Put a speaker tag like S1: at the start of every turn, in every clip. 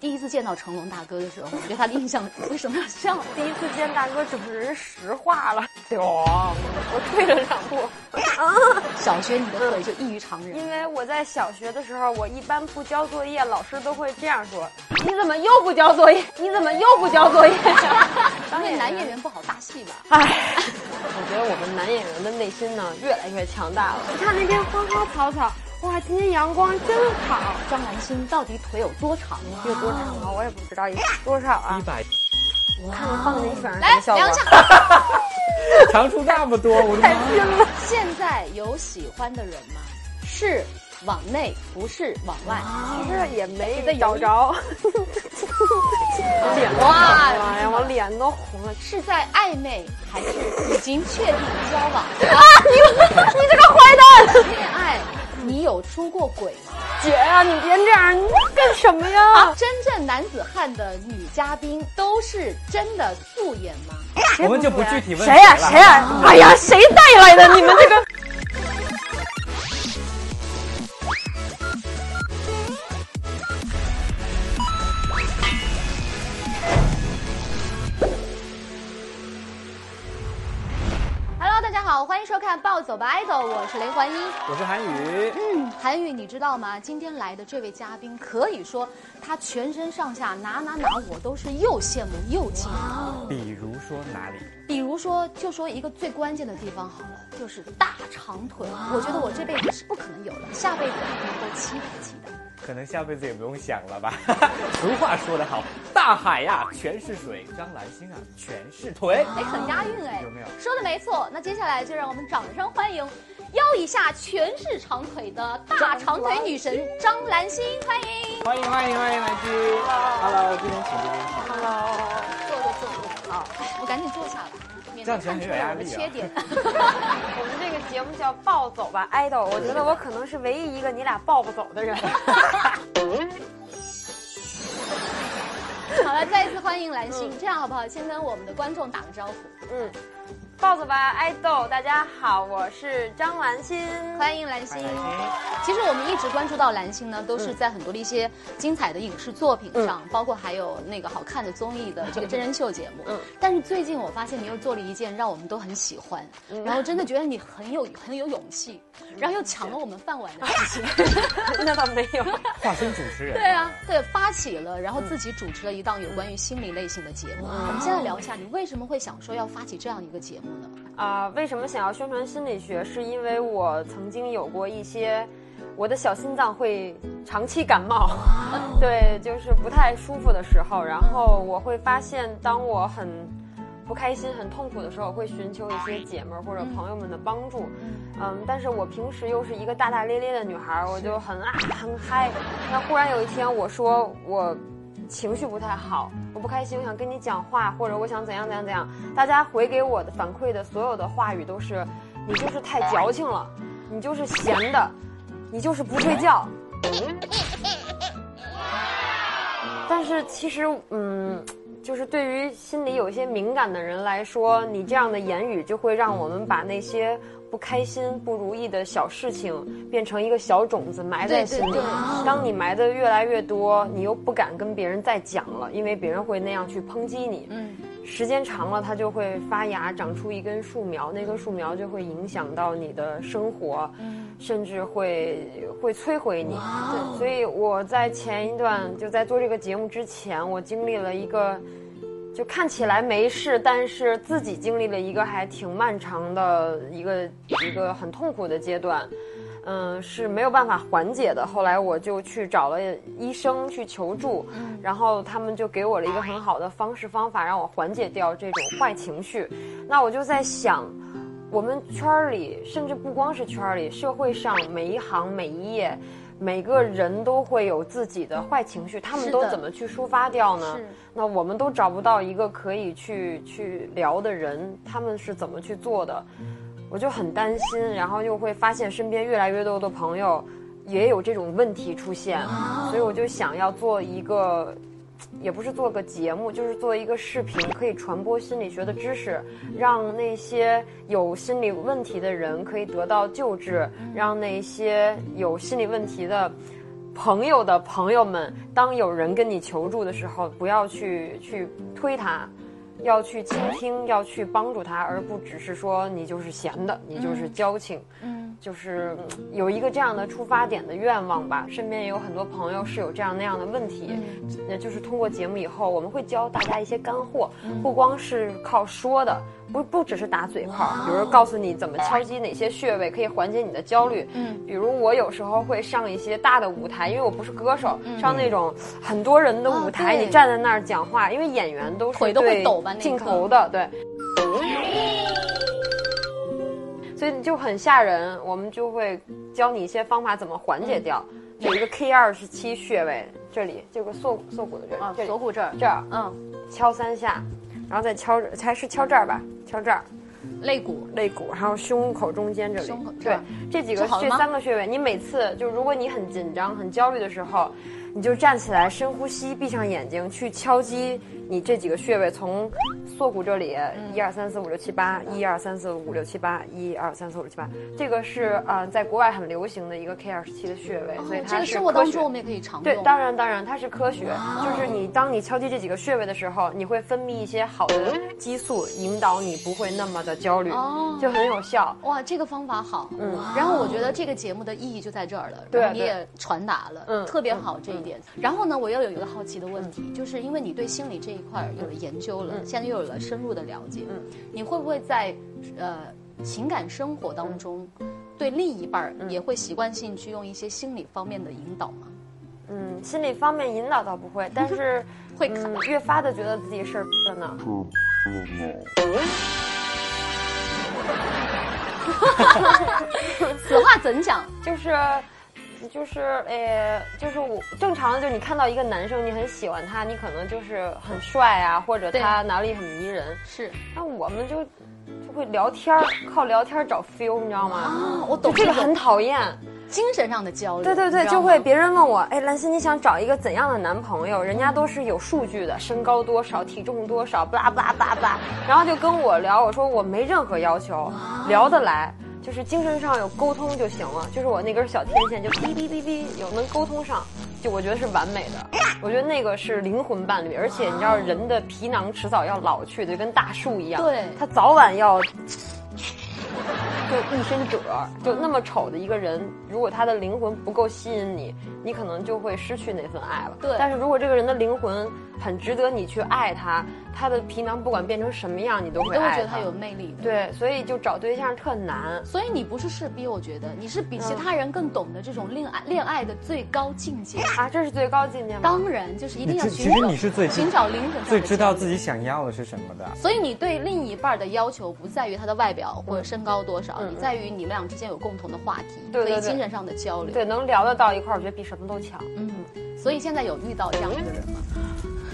S1: 第一次见到成龙大哥的时候，我对他的 印象为什么要这样？
S2: 第一次见大哥，这不是人实话了？对，我退了两步。啊，
S1: 小学你的腿就异于常人，
S2: 因为我在小学的时候，我一般不交作业，老师都会这样说：“你怎么又不交作业？你怎么又不交作业？”
S1: 因为男演员不好搭戏吧？
S2: 唉，我觉得我们男演员的内心呢，越来越强大了。你看那边花花草草，哇，今天阳光真好。
S1: 张兰心到底腿有多长？
S2: 有多长啊？我也不知道，多少啊
S3: 一？百，
S2: 看看放在你手上什
S1: 来
S2: 么效果
S1: 量一？下。
S3: 长出那么多，我的妈！
S1: 现在有喜欢的人吗？是往内，不是往外。
S2: 其实也没找着，脸都
S1: 哇
S2: 红哎了呀，我脸都红了。
S1: 是在暧昧，还是已经确定交 往？
S2: 啊，你你这个坏蛋！
S1: 恋爱，你有出过轨吗？
S2: 姐呀、你别这样，你干什么呀？
S1: 真正男子汉的女嘉宾都是真的素颜吗？
S3: 我们就不具体问
S2: 谁呀、
S3: 了
S2: 谁呀、哎呀，谁带来的？你们这个。
S1: Hello，大家好，欢迎收看《暴走吧爱豆》，我是雷环英。
S3: 我是韩宇，
S1: 嗯，韩宇，你知道吗？今天来的这位嘉宾，可以说他全身上下哪哪哪，我都是又羡慕又敬仰。
S3: 比如说哪里？
S1: 比如说，就说一个最关键的地方好了，就是大长腿，我觉得我这辈子是不可能有的，下辈子能够期待期待。
S3: 可能下辈子也不用想了吧。 俗话说得好，大海呀、全是水，张兰心啊全是腿。
S1: 哎，很押韵哎，
S3: 有没有
S1: 说的没错。那接下来就让我们掌声欢迎，腰以下全是长腿的大长腿女神张兰心，欢迎。
S3: 欢迎欢迎欢迎来自 Hello，今天请这边请。
S2: Hello，
S1: 坐坐坐坐，好，我赶紧坐下吧，免
S3: 这
S1: 得
S3: 样子
S1: 看
S3: 很
S1: 出
S3: 有
S1: 来
S3: 压
S1: 我的
S3: 力啊
S1: 缺点。
S2: 我们这个节目叫《暴走吧爱豆》，我觉得我可能是唯一一个你俩抱不走的 人。
S1: 好了，再一次欢迎兰心，这样好不好？先跟我们的观众打个招呼，
S2: 嗯，暴走吧爱豆，大家好，我是张兰心。
S1: 欢迎兰心
S3: 欢。迎兰心
S1: 其实我们一直关注到兰心呢，都是在很多的一些精彩的影视作品上，包括还有那个好看的综艺的这个真人秀节目。
S2: 嗯
S1: 但是最近我发现你又做了一件让我们都很喜欢，然后真的觉得你很有很有勇气，然后又抢了我们饭碗的事情。
S2: 那倒没有，
S3: 化身主持人。
S1: 嗯对啊，对，发起了，然后自己主持了一档有关于心理类型的节目。我们现在聊一下，你为什么会想说要发起这样一个节目呢？
S2: 啊、为什么想要宣传心理学？是因为我曾经有过一些，我的小心脏会长期感冒，对，就是不太舒服的时候，然后我会发现，当我很不开心、很痛苦的时候，我会寻求一些姐们儿或者朋友们的帮助。嗯，但是我平时又是一个大大咧咧的女孩儿，我就很啊很嗨。那忽然有一天，我说我情绪不太好，我不开心，我想跟你讲话，或者我想怎样怎样怎样。大家回给我的反馈的所有的话语都是，你就是太矫情了，你就是闲的，你就是不睡觉。但是其实，嗯，就是对于心里有一些敏感的人来说，你这样的言语就会让我们把那些不开心、不如意的小事情变成一个小种子埋在
S1: 对
S2: 心
S1: 对
S2: 里。
S1: 对
S2: 当你埋的越来越多，你又不敢跟别人再讲了，因为别人会那样去抨击你。
S1: 嗯，
S2: 时间长了，它就会发芽，长出一根树苗，那根树苗就会影响到你的生活，
S1: 嗯
S2: 甚至会会摧毁你。对，所以我在前一段就在做这个节目之前，我经历了一个。就看起来没事，但是自己经历了一个还挺漫长的一个一个很痛苦的阶段，嗯，是没有办法缓解的。后来我就去找了医生去求助，
S1: 嗯
S2: 然后他们就给我了一个很好的方式方法，让我缓解掉这种坏情绪。那我就在想，我们圈儿里，甚至不光是圈儿里，社会上每一行每一业。每个人都会有自己的坏情绪，他们
S1: 是
S2: 都
S1: 的
S2: 怎么去抒发掉呢？
S1: 是
S2: 那我们都找不到一个可以去去聊的人，他们是怎么去做的，我就很担心，然后又会发现身边越来越多的朋友也有这种问题出现，所以我就想要做一个。也不是做个节目，就是做一个视频，可以传播心理学的知识，让那些有心理问题的人可以得到救治，让那些有心理问题的朋友的朋友们，当有人跟你求助的时候，不要去去推他，要去倾听，要去帮助他，而不只是说你就是闲的，你就是矫情。
S1: 嗯，
S2: 就是嗯有一个这样的出发点的愿望吧。身边也有很多朋友是有这样那样的问题，
S1: 嗯
S2: 那就是通过节目以后，我们会教大家一些干货，
S1: 嗯
S2: 不光是靠说的，不不只是打嘴炮，比如告诉你怎么敲击哪些穴位可以缓解你的焦虑。
S1: 嗯，
S2: 比如我有时候会上一些大的舞台，因为我不是歌手，上那种很多人的舞
S1: 嗯
S2: 台，
S1: 啊对
S2: 你站在那儿讲话，因为演员都是
S1: 腿都会
S2: 对
S1: 抖吧那一
S2: 镜
S1: 刻
S2: 头的，对。所以就很吓人。我们就会教你一些方法怎么缓
S1: 嗯
S2: 解掉。有一个 K 二十七穴位，这里这个锁锁骨的这里，
S1: 啊
S2: 这，里
S1: 锁骨这儿，
S2: 这儿
S1: 嗯，
S2: 敲三下，然后再敲这，还是敲这儿吧，敲这儿
S1: 肋骨，
S2: 肋骨，还有胸口中间这里
S1: 胸口。这
S2: 对
S1: 儿，
S2: 这几个
S1: 这好了
S2: 这
S1: 吗
S2: 三个穴位，你每次就如果你很紧张、很焦虑的时候，你就站起来，深呼吸，闭上眼睛，去敲击你这几个穴位，从锁骨这里，
S1: 嗯
S2: 一二三四五六七八，一二三四五六七八，一二三四五六七八，这个是呃在国外很流行的一个 K 二十七的穴位，所以
S1: 哦这
S2: 它
S1: 个
S2: 是
S1: 生活
S2: 科
S1: 当
S2: 学
S1: 中我们也可以常
S2: 对，
S1: 用。
S2: 当然当然，它是科学，就是你当你敲击这几个穴位的时候，你会分泌一些好的激素，引导你不会那么的焦虑，
S1: 哦
S2: 就很有效。
S1: 哇，这个方法好。然后我觉得这个节目的意义就在这儿了，
S2: 嗯对啊
S1: 然后你
S2: 对
S1: 也传达了，
S2: 嗯
S1: 特别好这一点。然后呢，我又有一个好奇的问题，就是因为你对心理这一块儿有了
S2: 嗯
S1: 研究了，现在又有了深入的了解，你会不会在呃情感生活当
S2: 嗯
S1: 中，对另一半儿也会习惯性去用一些心理方面的引导吗？
S2: 嗯，心理方面引导倒不会，但是
S1: 会
S2: 嗯，越发的觉得自己事儿了呢。
S1: 此话怎讲？
S2: 就是，就是，呃，就是我正常的，就是你看到一个男生，你很喜欢他，你可能就是很帅啊，或者
S1: 对
S2: 他哪里很迷人，
S1: 是
S2: 那我们就就会聊天儿，靠聊天儿找 feel，你知道吗？
S1: 啊，我
S2: 就
S1: 懂
S2: 这个
S1: 种
S2: 很讨厌。
S1: 精神上的交流，
S2: 对对
S1: 你
S2: 对，
S1: 知道
S2: 就会
S1: 吗嗯
S2: 别人问我，哎，兰心，你想找一个怎样的男朋友？人家都是有数据的，身高多少，体重多少，巴拉巴拉巴拉，然后就跟我聊，我说我没任何要求，
S1: 啊
S2: 聊得来，就是精神上有沟通就行了，就是我那根小天线就哔哔哔哔，有能沟通上，就我觉得是完美的，我觉得那个是灵魂伴侣，而且你知
S1: 啊
S2: 道人的皮囊迟早要老去的，就跟大树一样，
S1: 对
S2: 它早晚要就一身褶儿，就那么丑的一个人，如果他的灵魂不够吸引你，你可能就会失去那份爱了。
S1: 对
S2: 但是如果这个人的灵魂很值得你去爱他，他的皮囊不管变成什么样，你都会
S1: 都会觉
S2: 爱
S1: 得他有。魅力的。
S2: 对，所以就找对象特难。
S1: 所以你不是势逼，我觉得你是比
S2: 嗯
S1: 其他人更懂得这种恋爱恋爱的最高境界。
S2: 啊，这是最高境界吗？
S1: 当然，就是一定要
S3: 这
S1: 寻
S3: 其实
S1: 找
S3: 你是最知
S1: 寻找灵魂上的
S3: 最知道
S1: 交流
S3: 自己想要的是什么的。
S1: 所以你对另一半的要求不在于他的外表或者身高多少，你在于你们俩之间有共同的话题，
S2: 嗯对对
S1: 可以
S2: 对
S1: 精神上的交流。
S2: 对，能聊得到一块儿，我觉得比什么都强。
S1: 所以现在有遇到这样一个人吗？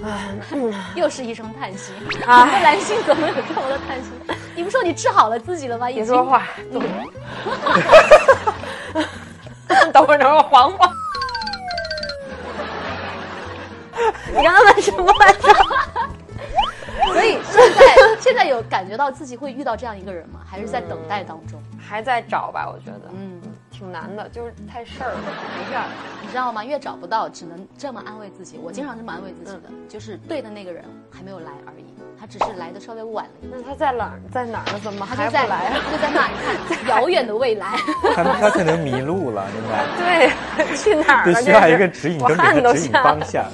S2: 嗯
S1: 又是一声叹息。
S2: 哎
S1: 哎，兰心怎么有这么多叹息？你不说你治好了自己了吗？已
S2: 别
S1: 经嗯
S2: 说话，走。等会儿，等会儿，黄黄。 你刚刚问什么来着？
S1: 所以现在现在有感觉到自己会遇到这样一个人吗？还是在等待当中？
S2: 还在找吧，我觉得，
S1: 嗯
S2: 嗯，挺难的，就是太事儿了，没事儿。
S1: 你知道吗？越找不到，只能这么安慰自己。我经常这么安慰自己的，就是对的那个人还没有来而已，他只是来的稍微晚了一点。
S2: 那他在哪儿，在哪儿呢？怎么
S1: 他
S2: 还
S1: 就
S2: 不
S1: 在
S2: 来 啊？
S1: 他就在那里看遥远的未来。
S3: 他他可能迷路了，现 在
S2: 对，去哪儿
S3: 就
S2: 了？
S3: 需要
S2: 这
S3: 一
S2: 是
S3: 个指引，
S2: 我
S3: 能
S2: 汗
S3: 给
S2: 都
S3: 他指引
S2: 下来
S3: 方
S2: 了。
S3: 向。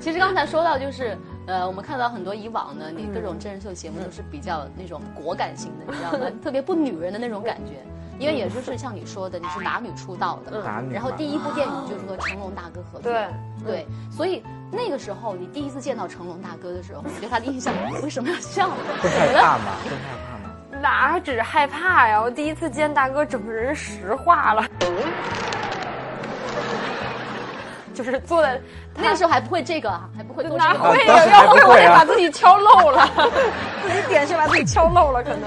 S1: 其实刚才说到就是。呃，我们看到很多以往的你各种真人秀节目都是比较那种果敢型的，你知道 吗？特别不女人的那种感觉，因为也就是像你说的，你是男女出道的，
S3: 打女
S1: 然后
S3: 嘛
S1: 第一部电影就是和成龙大哥合作
S2: 对
S1: 的，嗯对，所以那个时候你第一次见到成龙大哥的时候，你对他的印象为什么要这样？
S3: 会害怕吗？会害怕吗？
S2: 哪儿只是害怕呀？我第一次见大哥，整个人石化了， 就是坐在
S1: 那个时候还不会这个啊，还不会做这
S2: 哪
S1: 个
S2: 会
S1: 动
S3: 当
S2: 呀？
S3: 时还
S2: 要
S3: 不
S2: 会我
S3: 会
S2: 得
S3: 啊
S2: 把自己敲漏 了，自己点穴把自己敲漏了。可能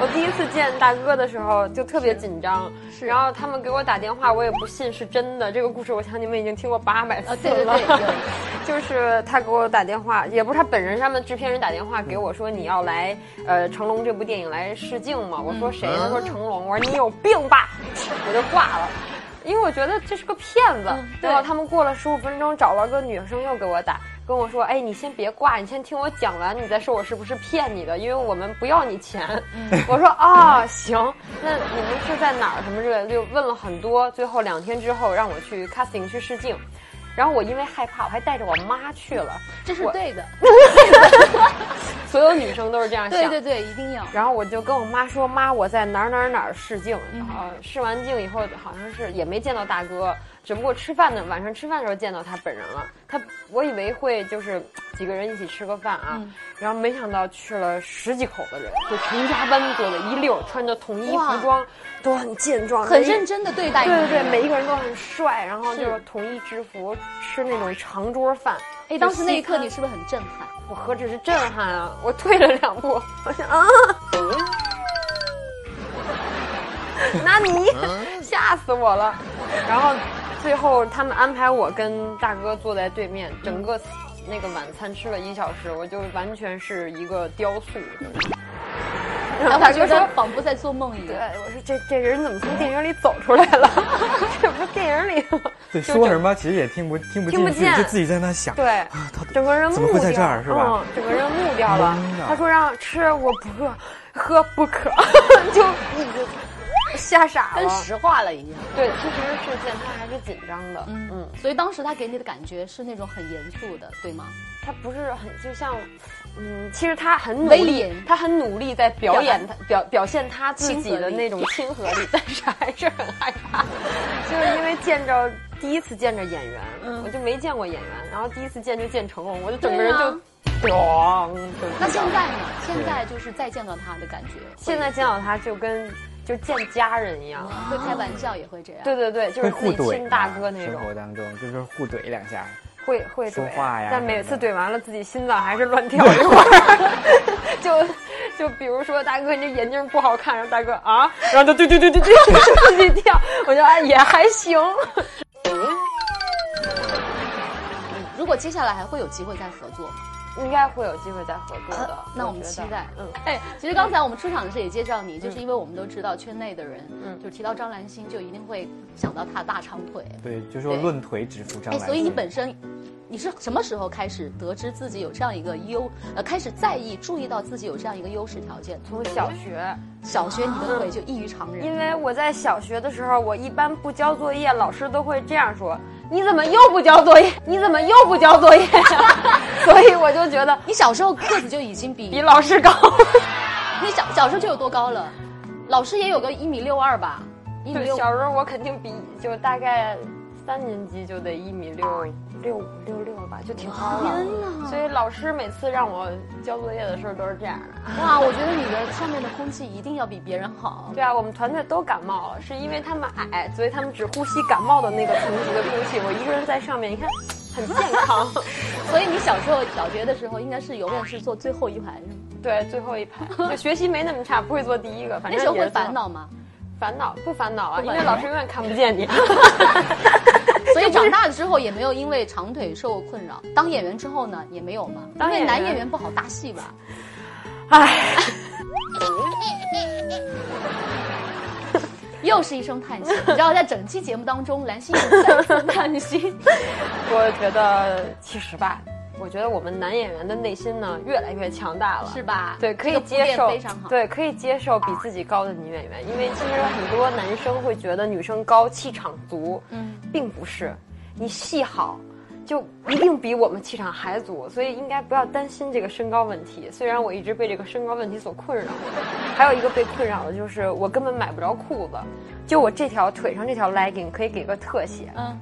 S2: 我第一次见大哥的时候就特别紧张，
S1: 是
S2: 然后他们给我打电话，我也不信是真的。这个故事我想你们已经听过八百次了。
S1: 啊对对 对对
S2: 就是他给我打电话，也不是他本人，他们制片人打电话给我说你要来，呃，成龙这部电影来试镜嘛。我说谁？他说成龙。我说你有病吧，我就挂了。因为我觉得这是个骗子。
S1: 对
S2: 然后他们过了十五分钟，找了个女生又给我打，跟我说：“哎，你先别挂，你先听我讲完，你再说我是不是骗你的，因为我们不要你钱。我说：“啊，行，那你们是在哪儿什么之类的？”就问了很多。最后两天之后，让我去 casting 去试镜，然后我因为害怕，我还带着我妈去了。
S1: 这是
S2: 我
S1: 对的，
S2: 所有女生都是这样想。
S1: 对对对，一定要。
S2: 然后我就跟我妈说：“妈，我在哪儿哪儿哪儿试镜，
S1: 嗯
S2: 啊、试完镜以后好像是也没见到大哥，只不过吃饭的晚上吃饭的时候见到他本人了。他我以为会就是几个人一起吃个饭啊，
S1: 嗯
S2: 然后没想到去了十几口的人，就成家班坐的一溜，穿着统一
S1: 哇
S2: 服装，都很健壮，
S1: 很
S2: 每一
S1: 认真的对待你
S2: 对
S1: 的
S2: 对
S1: 人。
S2: 对，每一个人都很帅，然后
S1: 是
S2: 就是统一制服，吃那种长桌饭。
S1: 哎，当时那一刻
S2: 就
S1: 你是不是很震撼？
S2: 我何止是震撼啊！我退了两步，我想啊，
S1: 哦
S2: 那你
S1: 嗯
S2: 吓死我了。然后最后他们安排我跟大哥坐在对面，整
S1: 嗯
S2: 个那个晚餐吃了一小时，我就完全是一个雕塑。
S1: 嗯
S2: 然
S1: 哎，
S2: 后 大
S1: 我
S2: 哥
S1: 觉
S2: 说
S1: 得仿佛在做梦一
S2: 对，
S1: 样。
S2: 我说这这人怎么从电影里走出来了？ 这不是电影里吗？
S3: 对，
S2: 就
S3: 说
S2: 整
S3: 什么其实也听不听不
S2: 听不
S3: 进去，
S2: 见
S3: 就自己在那想，
S2: 对
S3: 啊，他
S2: 整个人木
S3: 怎么会在这儿
S2: 掉
S3: 是吧？哎
S2: 嗯，整个人木掉了
S3: 懵了。
S2: 他说让吃，我不饿；喝不渴， 就一直吓傻
S1: 跟
S2: 了。
S1: 实话了一样，
S2: 对，其实是见他还是紧张的。嗯嗯，
S1: 所以当时他给你的感觉是那种很严肃的，对吗？
S2: 他不是很就像，嗯，其实他很努
S1: 威
S2: 力
S1: 严，
S2: 他很努力在表演他表表现他自己
S1: 亲和
S2: 的
S1: 力
S2: 那种亲和 力，但是还是很害怕， 就是因为见着。第一次见着演员，我就没见过演员，然后第一次见就见成龙，我就整个人就，咣、就
S1: 那现在呢？现在就是再见到他的感觉，
S2: 现在见到他就跟就见家人一样。
S1: 会开玩笑，也会这样。
S2: 对对对，就
S3: 会
S2: 是自
S3: 互
S2: 己亲
S3: 怼，
S2: 大哥那种
S3: 生，活当中就是互怼两下，
S2: 会会
S3: 说
S2: 怼
S3: 话呀
S2: 但每
S3: 什
S2: 次
S3: 么的
S2: 怼完了，自己心脏还是 乱跳一会儿。 就就比如说大哥，你这眼镜不好看，然后大哥啊，然后就对对对对对自己跳， 我觉得哎也还行。
S1: 嗯如果接下来还会有机会再合作吗，
S2: 应该会有机会再合作的，
S1: 那我们
S2: 觉
S1: 期
S2: 得
S1: 待。
S2: 嗯，
S1: 哎，其实刚才我们出场的时候也介绍你，就是因为我们都知道圈内的人，就提到张兰心就一定会想到她大长腿。
S3: 对，就说
S1: 对
S3: 论腿只服张
S1: 哎，
S3: 兰心。
S1: 所以你本身，你是什么时候开始得知自己有这样一个优，呃，开始在意、注意到自己有这样一个优势条件？从
S2: 从小学。
S1: 小学你的腿就异于常人，
S2: 因为我在小学的时候，我一般不交作业，老师都会这样说：“你怎么又不交作业？你怎么又不交作业？”啊 所以我就觉得
S1: 你小时候个子就已经比
S2: 比老师高。
S1: 你小小时候就有多高了？老师也有个一米六二吧，一米
S2: 对，
S1: 六。
S2: 小时候我肯定比就大概三年级就得一米六六六六吧，就挺高了。所以老师每次让我交作业的时候都是这样的。
S1: 哇，我觉得你的上面的空气一定要比别人好。
S2: 对啊，我们团队都感冒了，是因为他们矮，所以他们只呼吸感冒的那个层级的空气。我一个人在上面，你看很健康。
S1: 所以你小时候小学的时候，应该是永远是坐最后一排，是吗？
S2: 对，最后一 排就学习没那么差，不会做第一个，反
S1: 那
S2: 正
S1: 时候
S2: 也
S1: 会
S2: 是做
S1: 烦，恼 吗？
S2: 烦恼不烦恼啊？
S1: 不
S2: 因
S1: 烦恼
S2: 为老师永远看不见你。
S1: 所以长大了之后也没有因为长腿受过困扰。当演员之后呢，也没有嘛。
S2: 当
S1: 因为
S2: 演员
S1: 男演员不好搭戏吧？
S2: 唉，
S1: 又是一声叹息。你知道，在整期节目当中，蓝心又 再次叹 息。
S2: 我觉得其实吧，我觉得我们男演员的内心呢越来越强大了，
S1: 是吧
S2: 对，可
S1: 这
S2: 以
S1: 个铺垫
S2: 接受，
S1: 非常好
S2: 对，可以接受比自己高的女演员，因为其实很多男生会觉得女生高气场足，
S1: 嗯
S2: 并不是，你戏好。就一定比我们气场还足，所以应该不要担心这个身高问题。虽然我一直被这个身高问题所困扰， 还有一个被困扰的就是我根本买不着裤子，就我这条腿上这条 legging 可以给个特写，
S1: 嗯，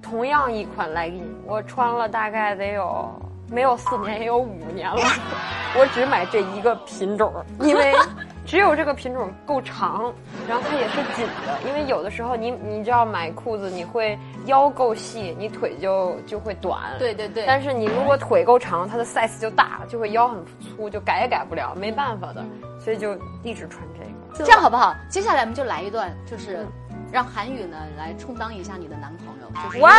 S2: 同样一款 legging，我穿了大概得有没有四年也有五年了， 我只买这一个品种，因为只有这个品种够长，然后它也是紧的，因为有的时候你你知道买裤子你会腰够细，你腿就就会短，
S1: 对对对
S2: 但是你如果腿够长，它的 size 就大，就会腰很粗，就改也改不了，没办法的，所以就一直穿这个。
S1: 这样好不好？接下来我们就来一段，就是
S2: 嗯
S1: 让韩宇呢来充当一下你的男朋友。就是
S2: 啊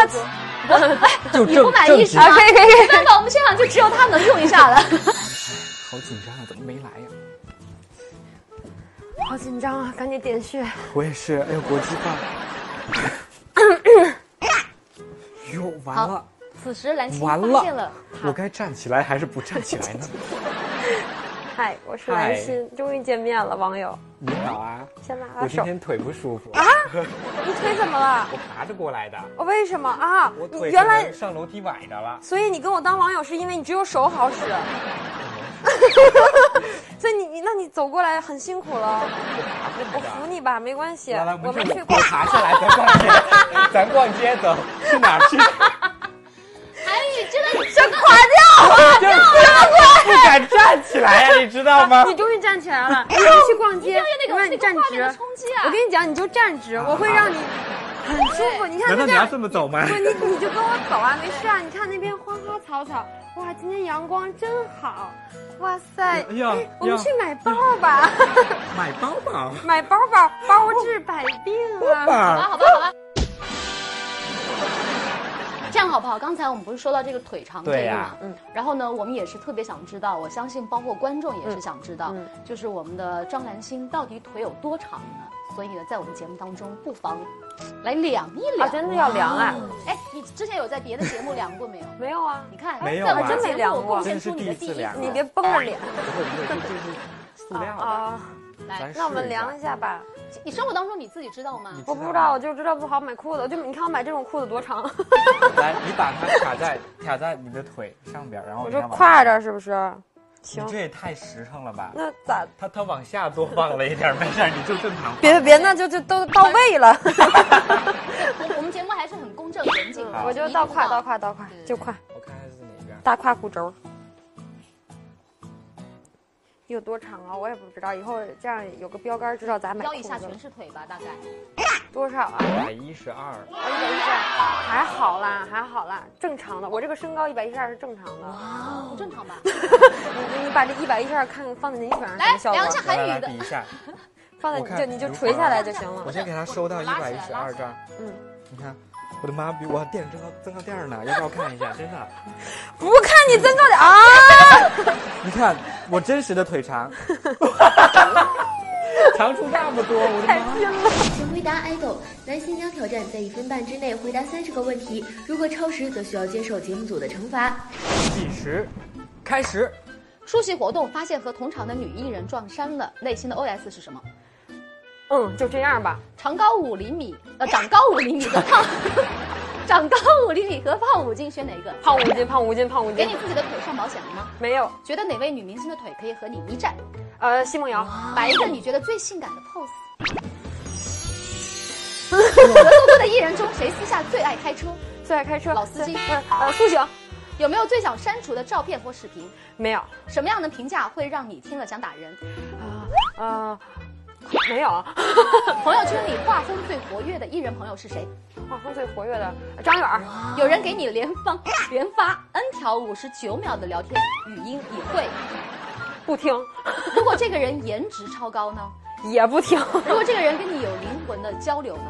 S2: What？
S3: 就
S1: 你不
S3: 正
S1: 满
S3: 正
S1: 意
S3: 直
S1: 是吗？
S2: 啊可以可以可以
S1: 没办法，我们现场就只有他能用一下了。
S3: 哎好紧张啊，怎么没来呀、
S2: 好紧张啊，赶紧点穴。
S3: 我也是，哎呦，国际化。哟，完了，
S1: 此时蓝青
S3: 完
S1: 发现了
S3: 我
S1: 他，
S3: 该站起来还是不站起 来呢？
S2: 嗨，我是
S3: 嗨
S2: 蓝心，终于见面了，网友，
S3: 你好啊，
S2: 先拉
S3: 我
S2: 拉
S3: 今
S2: 手。
S3: 天腿不舒
S2: 啊
S3: 服，
S2: 你腿怎么了？
S3: 我爬着过来的，
S2: 哦，为什么啊
S3: 我？
S2: 你
S3: 腿
S2: 原
S3: 可
S2: 来
S3: 能，上楼梯崴着了。
S2: 所以你跟我当网友是因为你只有手好使， 所以你你那你走过来很辛苦了。我扶你吧，没关系，
S3: 来来，
S2: 我
S3: 们
S2: 们
S3: 就
S2: 去
S3: 我
S2: 逛。
S3: 爬下来，咱逛街， 咱逛街走，去哪儿去？
S1: 哎，真的 真的，
S3: 就不敢站起来呀，你知道吗？哎
S2: 你终于站起来了，我们去逛街，
S1: 那
S2: 我
S1: 个
S2: 让
S1: 那个
S2: 你站
S1: 画面
S2: 直
S1: 的。冲击啊！
S2: 我跟你讲，你就站直，我会让你很舒服。
S3: 哎
S2: 你看就这样，
S3: 么走吗
S2: 不，你你就跟我走啊，没事啊。你看那边花花草草，哇，今天阳光真好，哇塞！
S3: 哎呀
S2: 我们
S3: 呀
S2: 去买包吧，
S3: 买包包，
S2: 买包吧，包治百病啊。
S1: 好吧，
S3: 吧，
S1: 好吧，好吧。这样好不好？刚才我们不是说到这个腿长这
S3: 对
S1: 个
S3: 呀
S1: 嘛，嗯，然后呢，我们也是特别想知道，我相信包括观众也是想知道，就是我们的张兰心到底腿有多长呢？所以呢，在我们节目当中，不妨来量一
S2: 啊，
S1: 量。
S2: 真的要量啊？
S1: 哎，你之前有在别的节目量过没有？
S2: 没有啊，
S1: 你看，
S3: 没有
S1: 在我
S3: 啊
S1: 们节目
S2: 真没量过
S1: 贡献出你的第一
S3: 真的是第一次量
S1: 次。
S2: 你别绷着脸
S3: 不会不会，这是塑料的，
S2: 啊。
S1: 来
S3: 咱，
S2: 那我们量一下吧。
S1: 你生活当中你自己知道吗？
S2: 我不知道，我就知道不好买裤子，我就你看我买这种裤子多长，
S3: 来，你把它卡在卡在你的腿上边，然后
S2: 我
S3: 你
S2: 这
S3: 看往
S2: 挎着是不是？行
S3: 你，这也太实诚了吧？
S2: 那咋？
S3: 它它往下多放了一点，没事儿，你就正常放。
S2: 别别，那就就都到位了，
S1: 我 我们节目还是很公正严谨的。
S2: 我就
S1: 你
S2: 到
S1: 不
S2: 胯
S1: 知道
S2: 到。胯到胯就胯，
S3: 我看看是哪边。
S2: 大胯骨轴。有多长啊？我也不知道，以后这样有个标杆，知道咋买裤
S1: 腰以
S2: 子。
S1: 下全是腿吧，大概。
S2: 多少啊？
S3: 一百一十二，
S2: 一百一十二，还好啦，还好啦，正常的。我这个身高一百一十二是正常的。
S1: 啊，不正常吧？
S2: 你你把这一百一十二看看放在你腿上什
S1: 来
S2: 么效果
S1: 量一？下
S3: 来
S1: 韩
S3: 来
S1: 语
S3: 来
S1: 的
S3: 比一下，
S2: 放在
S3: 我
S2: 你
S3: 看
S2: 就你就
S3: 如
S2: 垂
S3: 何
S2: 下来就行
S1: 嗯
S2: 了
S3: 我。先给它收到一百一十二这儿。
S2: 嗯，
S3: 你看，我的妈逼，我垫着增高增高垫儿呢，要不要看一下？真的，
S2: 不看你增 高点啊！
S3: 你看我真实的 腿长，长出那么多，我的妈！
S4: 请回答 idol 蓝心将挑战在一分半之内回答三十个问题，如果超时则需要接受节目组的惩罚。
S3: 计时，开始。
S1: 出席活动发现和同场的女艺人撞衫了，内心的 OS 是什么？
S2: 嗯，就这样吧。
S1: 长高五厘米，呃，长高五厘米和胖， 长高五厘米和胖五斤选哪个？
S2: 胖五斤，胖五斤，胖五
S1: 给
S2: 斤
S1: 你。自己的腿上保险了吗？
S2: 没有，
S1: 觉得哪位女明星的腿可以和你一战？
S2: 呃，奚梦瑶，
S1: 摆一个你觉得最性感的 pose。和众多的艺人中，谁私下最爱开车？
S2: 最爱开车，
S1: 老司机
S2: 对呃，苏醒，
S1: 有没有最想删除的照片或视频？
S2: 没有，
S1: 什么样的评价会让你听了想打人？
S2: 呃，没有。
S1: 朋友圈里画风最活跃的艺人朋友是谁？
S2: 画风最活跃的张远儿，
S1: 有人给你连发 连发 n 条五十九秒的聊天语音，你会？
S2: 不听，
S1: 如果这个人颜值超高呢？
S2: 也不听，
S1: 如果这个人跟你有灵魂的交流呢？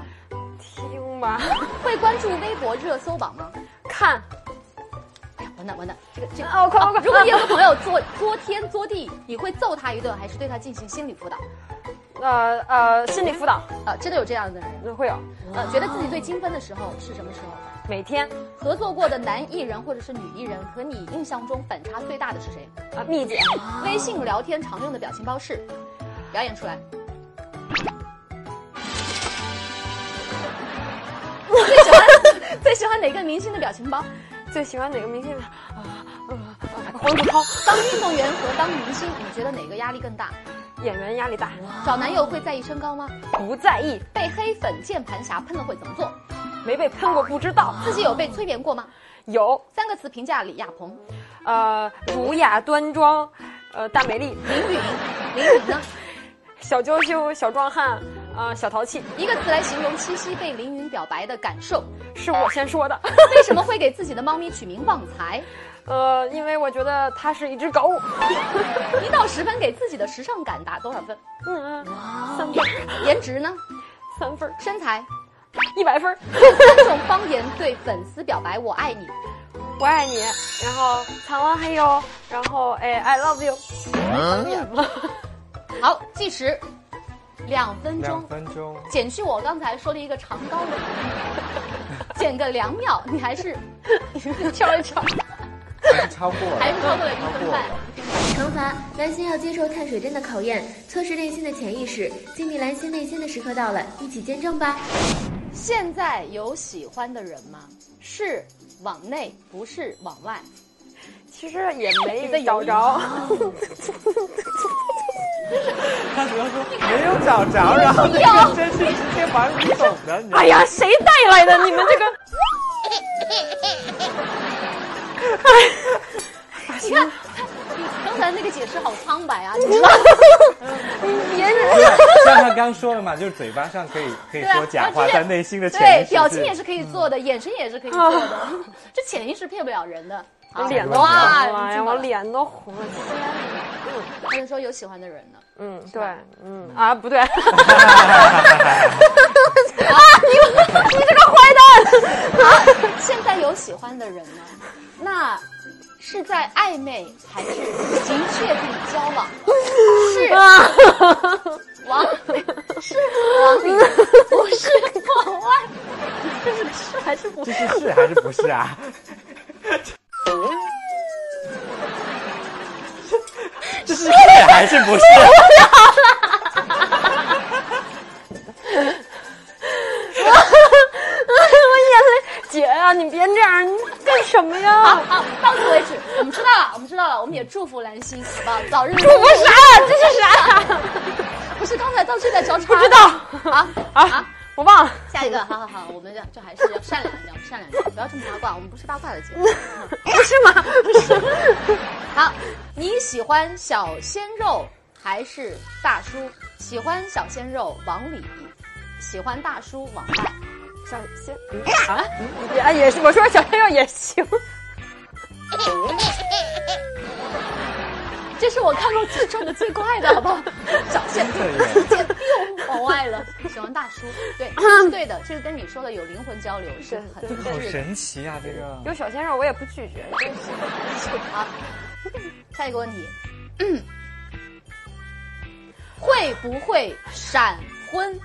S2: 听吧，
S1: 会关注微博热搜榜吗？
S2: 看。
S1: 哎呀，完蛋完蛋，这个这个。啊
S2: 哦，快快快！
S1: 如果你有个朋友作作天作地，你会揍他一顿，还是对他进行心理辅导？
S2: 呃呃，心理辅导
S1: 啊，真的有这样的人。
S2: 嗯会有，
S1: 呃，觉得自己最精分的时候是什么时候？
S2: 每天
S1: 合作过的男艺人或者是女艺人，和你印象中反差最大的是谁？
S2: 啊，蜜姐，
S1: 微信聊天常用的表情包是，表演出来。最喜欢 最喜欢哪个明星的表情包？
S2: 最喜欢哪个明星呢？啊啊啊！黄子韬，
S1: 当运动员和当明星，你觉得哪个压力更大？
S2: 演员压力大，
S1: 找男友会在意身高吗？
S2: 不在意，
S1: 被黑粉键盘侠喷了会怎么做？
S2: 没被喷过不知道。
S1: 自己有被催眠过吗？
S2: 有，
S1: 三个词评价李亚鹏，
S2: 呃，儒雅端庄，呃，大美丽，
S1: 林雨林，林雨呢？
S2: 小娇羞，小壮汉，呃，小淘气，
S1: 一个词来形容七夕被凌云表白的感受。
S2: 是我先说的。
S1: 为什么会给自己的猫咪取名旺财？
S2: 呃，因为我觉得它是一只狗。
S1: 一到十分给自己的时尚感打多少分？
S2: 嗯，三分儿，
S1: 颜值呢？
S2: 三分儿，
S1: 身材？
S2: 一百分儿，
S1: 三种方言对粉丝表白我爱你。
S2: 我爱你。然后藏哦王还有，然后哎，I love you。
S1: 好，计时，两分
S3: 两
S1: 钟，
S3: 分钟，
S1: 减去我刚才说的一个长高的，减个两秒，你还是 跳一跳，
S3: 还是超过了，
S1: 还是超过了一
S3: 超
S1: 分
S3: 过
S1: 半。
S3: 了。
S4: 惩罚蓝心要接受碳水针的考验，测试内心的潜意识，揭秘蓝心内心的时刻到了，一起见证吧！
S1: 现在有喜欢的人吗？是往内，不是往外。
S2: 其实也没
S1: 在犹
S2: 找
S1: 豫
S2: 着，
S3: 他主要说没有找着，然后这个真是直接玩古董的，你知道吗
S2: 哎呀，，谁带来的？你们这 个，
S1: 你看，你刚才那个解释好苍白啊，你知道？你别人
S3: 对像他刚说了嘛，就是嘴巴上可以可以
S1: 对啊
S3: 说假话，
S1: 而且
S3: 但内心的潜
S1: 对
S3: 意识
S1: 表情也
S3: 是嗯
S1: 是可以做的，眼神也是可以做的， 这潜意识骗不了人的。好
S2: 啊脸都红
S1: 哇，
S2: 啊了，哎
S1: 你
S2: 呀
S1: 进
S2: 我
S1: 了。
S2: 脸都红了。
S1: 他就说有喜欢的人呢，
S2: 嗯，对，嗯啊，不对，
S1: 现在有喜欢的人呢，那是在暧昧还是已经确定交往了？是
S2: 啊
S1: 往里，是往里，不是往外，这是是还是不
S3: 这
S1: 是？
S3: 是是还是不是啊？这是是还是不是？
S2: 姐呀，啊你别这样，你干什么呀？
S1: 好，到此为止，我们知道了，我们知道了，我们也祝福蓝心，好不好？早日祝
S2: 不是啥？这是啥？
S1: 不是刚才到这在交叉，
S2: 不知道
S1: 啊
S2: 啊
S1: 啊！，
S2: 我忘了。
S1: 下一个，好好好，我们这这还是要善良一点，我们善良一点，不要这么八卦，我们不是八卦的节目。
S2: 不是吗？
S1: 好，你喜欢小鲜肉还是大叔？喜欢小鲜肉往里，喜欢大叔往外。
S2: 小鲜嗯啊，也啊也是，我说小鲜肉也行。
S1: 这是我看过最转的最快的，好不好？小鲜肉
S3: 对
S1: 直接 biu 往外了，喜欢大叔，对，这是对的，这是跟你说的有灵魂交流，是很
S2: 对
S3: 好
S1: 是
S3: 神奇啊，这个
S2: 有小鲜肉我也不拒绝。
S1: 好，啊 下一个问题，嗯会不会闪婚？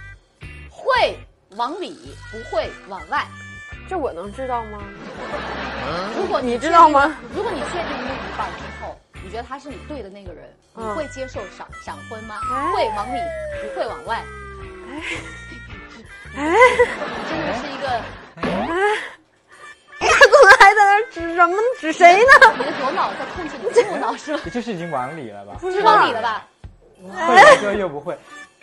S1: 会往里，不会往外。
S2: 这我能知道吗？
S1: 如果
S2: 你
S1: 确
S2: 知道
S1: 定
S2: 吗
S1: 了？如果你确定另一半之后，你觉得他是你对的那个人，你
S2: 嗯
S1: 会接受闪闪婚吗
S2: 哎？
S1: 会往里，不会往外。
S2: 哎
S1: 真的是一个，
S2: 他怎么还在那儿指什么指谁呢？
S1: 你的左脑在控制你的右脑，
S2: 哎
S1: 是吧？
S3: 这是已经往里了吧？
S2: 不
S1: 是
S2: 知
S1: 往
S2: 道
S1: 里了吧？
S3: 会又又不会。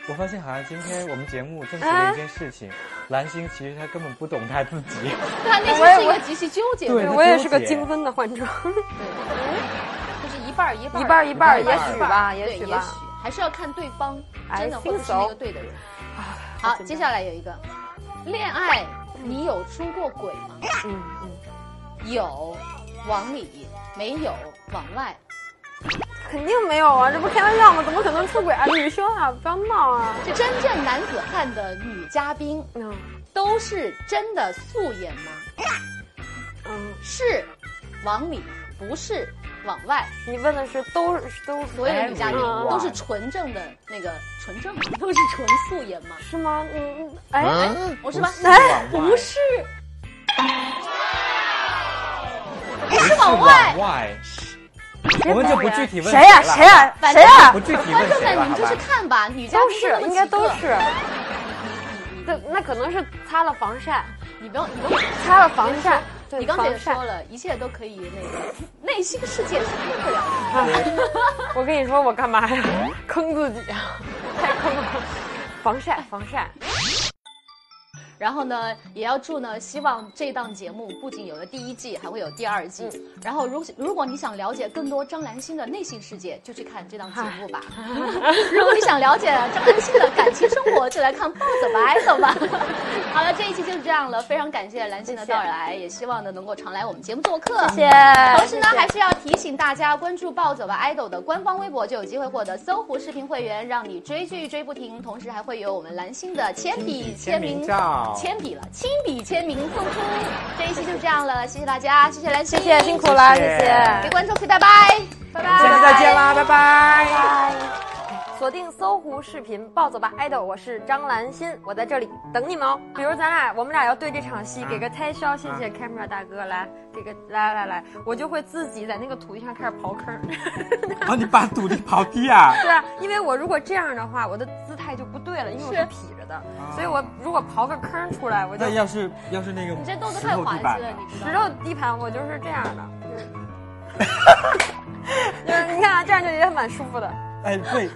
S3: 我发现好像今天我们节目证实了一件事情，蓝心其实她根本不懂她自己。
S1: 他内
S2: 我
S1: 心
S2: 也
S1: 啊是一
S2: 我
S1: 个
S2: 也
S1: 极其纠结
S3: 对
S1: 的，
S2: 我也是个
S3: 纠结
S2: 精分的患者，
S1: 就是一半儿一半儿，
S2: 一半儿一半儿，
S3: 一半
S2: 也
S3: 儿
S2: 许吧，
S1: 对
S2: 也
S1: 也
S2: 许吧哎
S1: 许。还是要看对方
S2: I
S1: 真的会不
S2: think
S1: 会是那
S2: so
S1: 个对的人。
S2: 啊
S1: 好，接下来有一个，恋爱你有出过轨吗？
S2: 嗯嗯，
S1: 有，往里没有，往外。
S2: 肯定没有啊，这不开玩笑吗？怎么可能出轨啊？女生啊，不要闹啊。
S1: 这真正男子汉的女嘉宾
S2: 嗯
S1: 都是真的素颜吗？
S2: 嗯，
S1: 是，往里，不是往外。
S2: 你问的是都是都
S1: 所有的女嘉宾
S2: 哎
S1: 都是纯正的那个纯正吗， 都是纯素颜吗？
S2: 是吗？嗯嗯，哎，
S3: 嗯，
S1: 我说吧，哎
S3: 不是往外
S1: 不是，
S3: 不
S2: 啊
S3: 是
S1: 往外
S3: 往外，
S2: 谁
S3: 我们就不
S2: 呀
S3: 具体问
S2: 谁呀
S3: 谁了
S2: 谁呀
S1: 反
S2: 谁
S1: 正
S2: 呀
S3: 不？具
S2: 啊
S3: 体
S1: 观
S3: 问
S1: 众
S3: 谁了，
S1: 们，你们
S3: 好
S1: 就
S3: 吧
S1: 是？看吧，女嘉
S2: 都
S1: 宾
S2: 是
S1: 就那么
S2: 应
S1: 几
S2: 该都
S1: 个。
S3: 嗯
S2: 是。
S1: 你
S2: 对，那可能是擦了防晒，
S1: 你不用，你不用。
S2: 擦了防晒。对
S1: 你刚才也
S2: 防晒
S1: 说了，一切都可以那个，内心世界是骗不了的。
S2: 哎我跟你说，我干嘛呀？坑自己啊！太坑了。防晒，防晒。
S1: 然后呢，也要祝呢，希望这档节目不仅有了第一季，还会有第二季。
S2: 嗯
S1: 然后如如果你想了解更多张兰心的内心世界，就去看这档节目吧。 如果你想了解张兰心的感情生活，就来看《暴走吧，爱走吧》。 好了，这一期就是这样了，非常感谢兰心的到来，也希望呢能够常来我们节目做客。谢
S2: 谢谢。
S1: 同时呢，还是要提醒大家关注“暴走吧 idol” 的官方微博，就有机会获得搜狐视频会员，让你追剧追不停。同时还会有我们蓝心的铅笔签
S3: 签
S1: 名
S3: 名照
S1: 铅笔了，亲笔签名送出。这一期就这样了，谢谢大家，谢谢蓝心，
S2: 谢谢，辛苦了，谢
S3: 谢谢
S2: 谢。
S1: 给观众 say 拜拜，拜拜，
S3: 下次再见啦，拜拜
S2: 拜。锁定搜狐视频暴走吧 idol，我是张兰心，我在这里等你们哦。比如咱俩，我们俩要对这场戏给个推销，谢谢 camera 大哥，来给个来来来，我就会自己在那个土地上开始刨坑。
S3: 啊，你把土地刨地啊！
S2: 对啊，因为我如果这样的话，我的姿态就不对了，因为我是劈着的，所以我如果刨个坑出来，我就
S3: 那要是要是那个
S1: 你这动作太滑
S3: 石头地
S1: 稽
S3: 板
S1: 了，
S3: 呢
S1: 你知
S2: 石
S1: 道吗？
S2: 头地盘，我就是这样的。就是就是你看啊，这样就也蛮舒服的。
S3: 哎，对，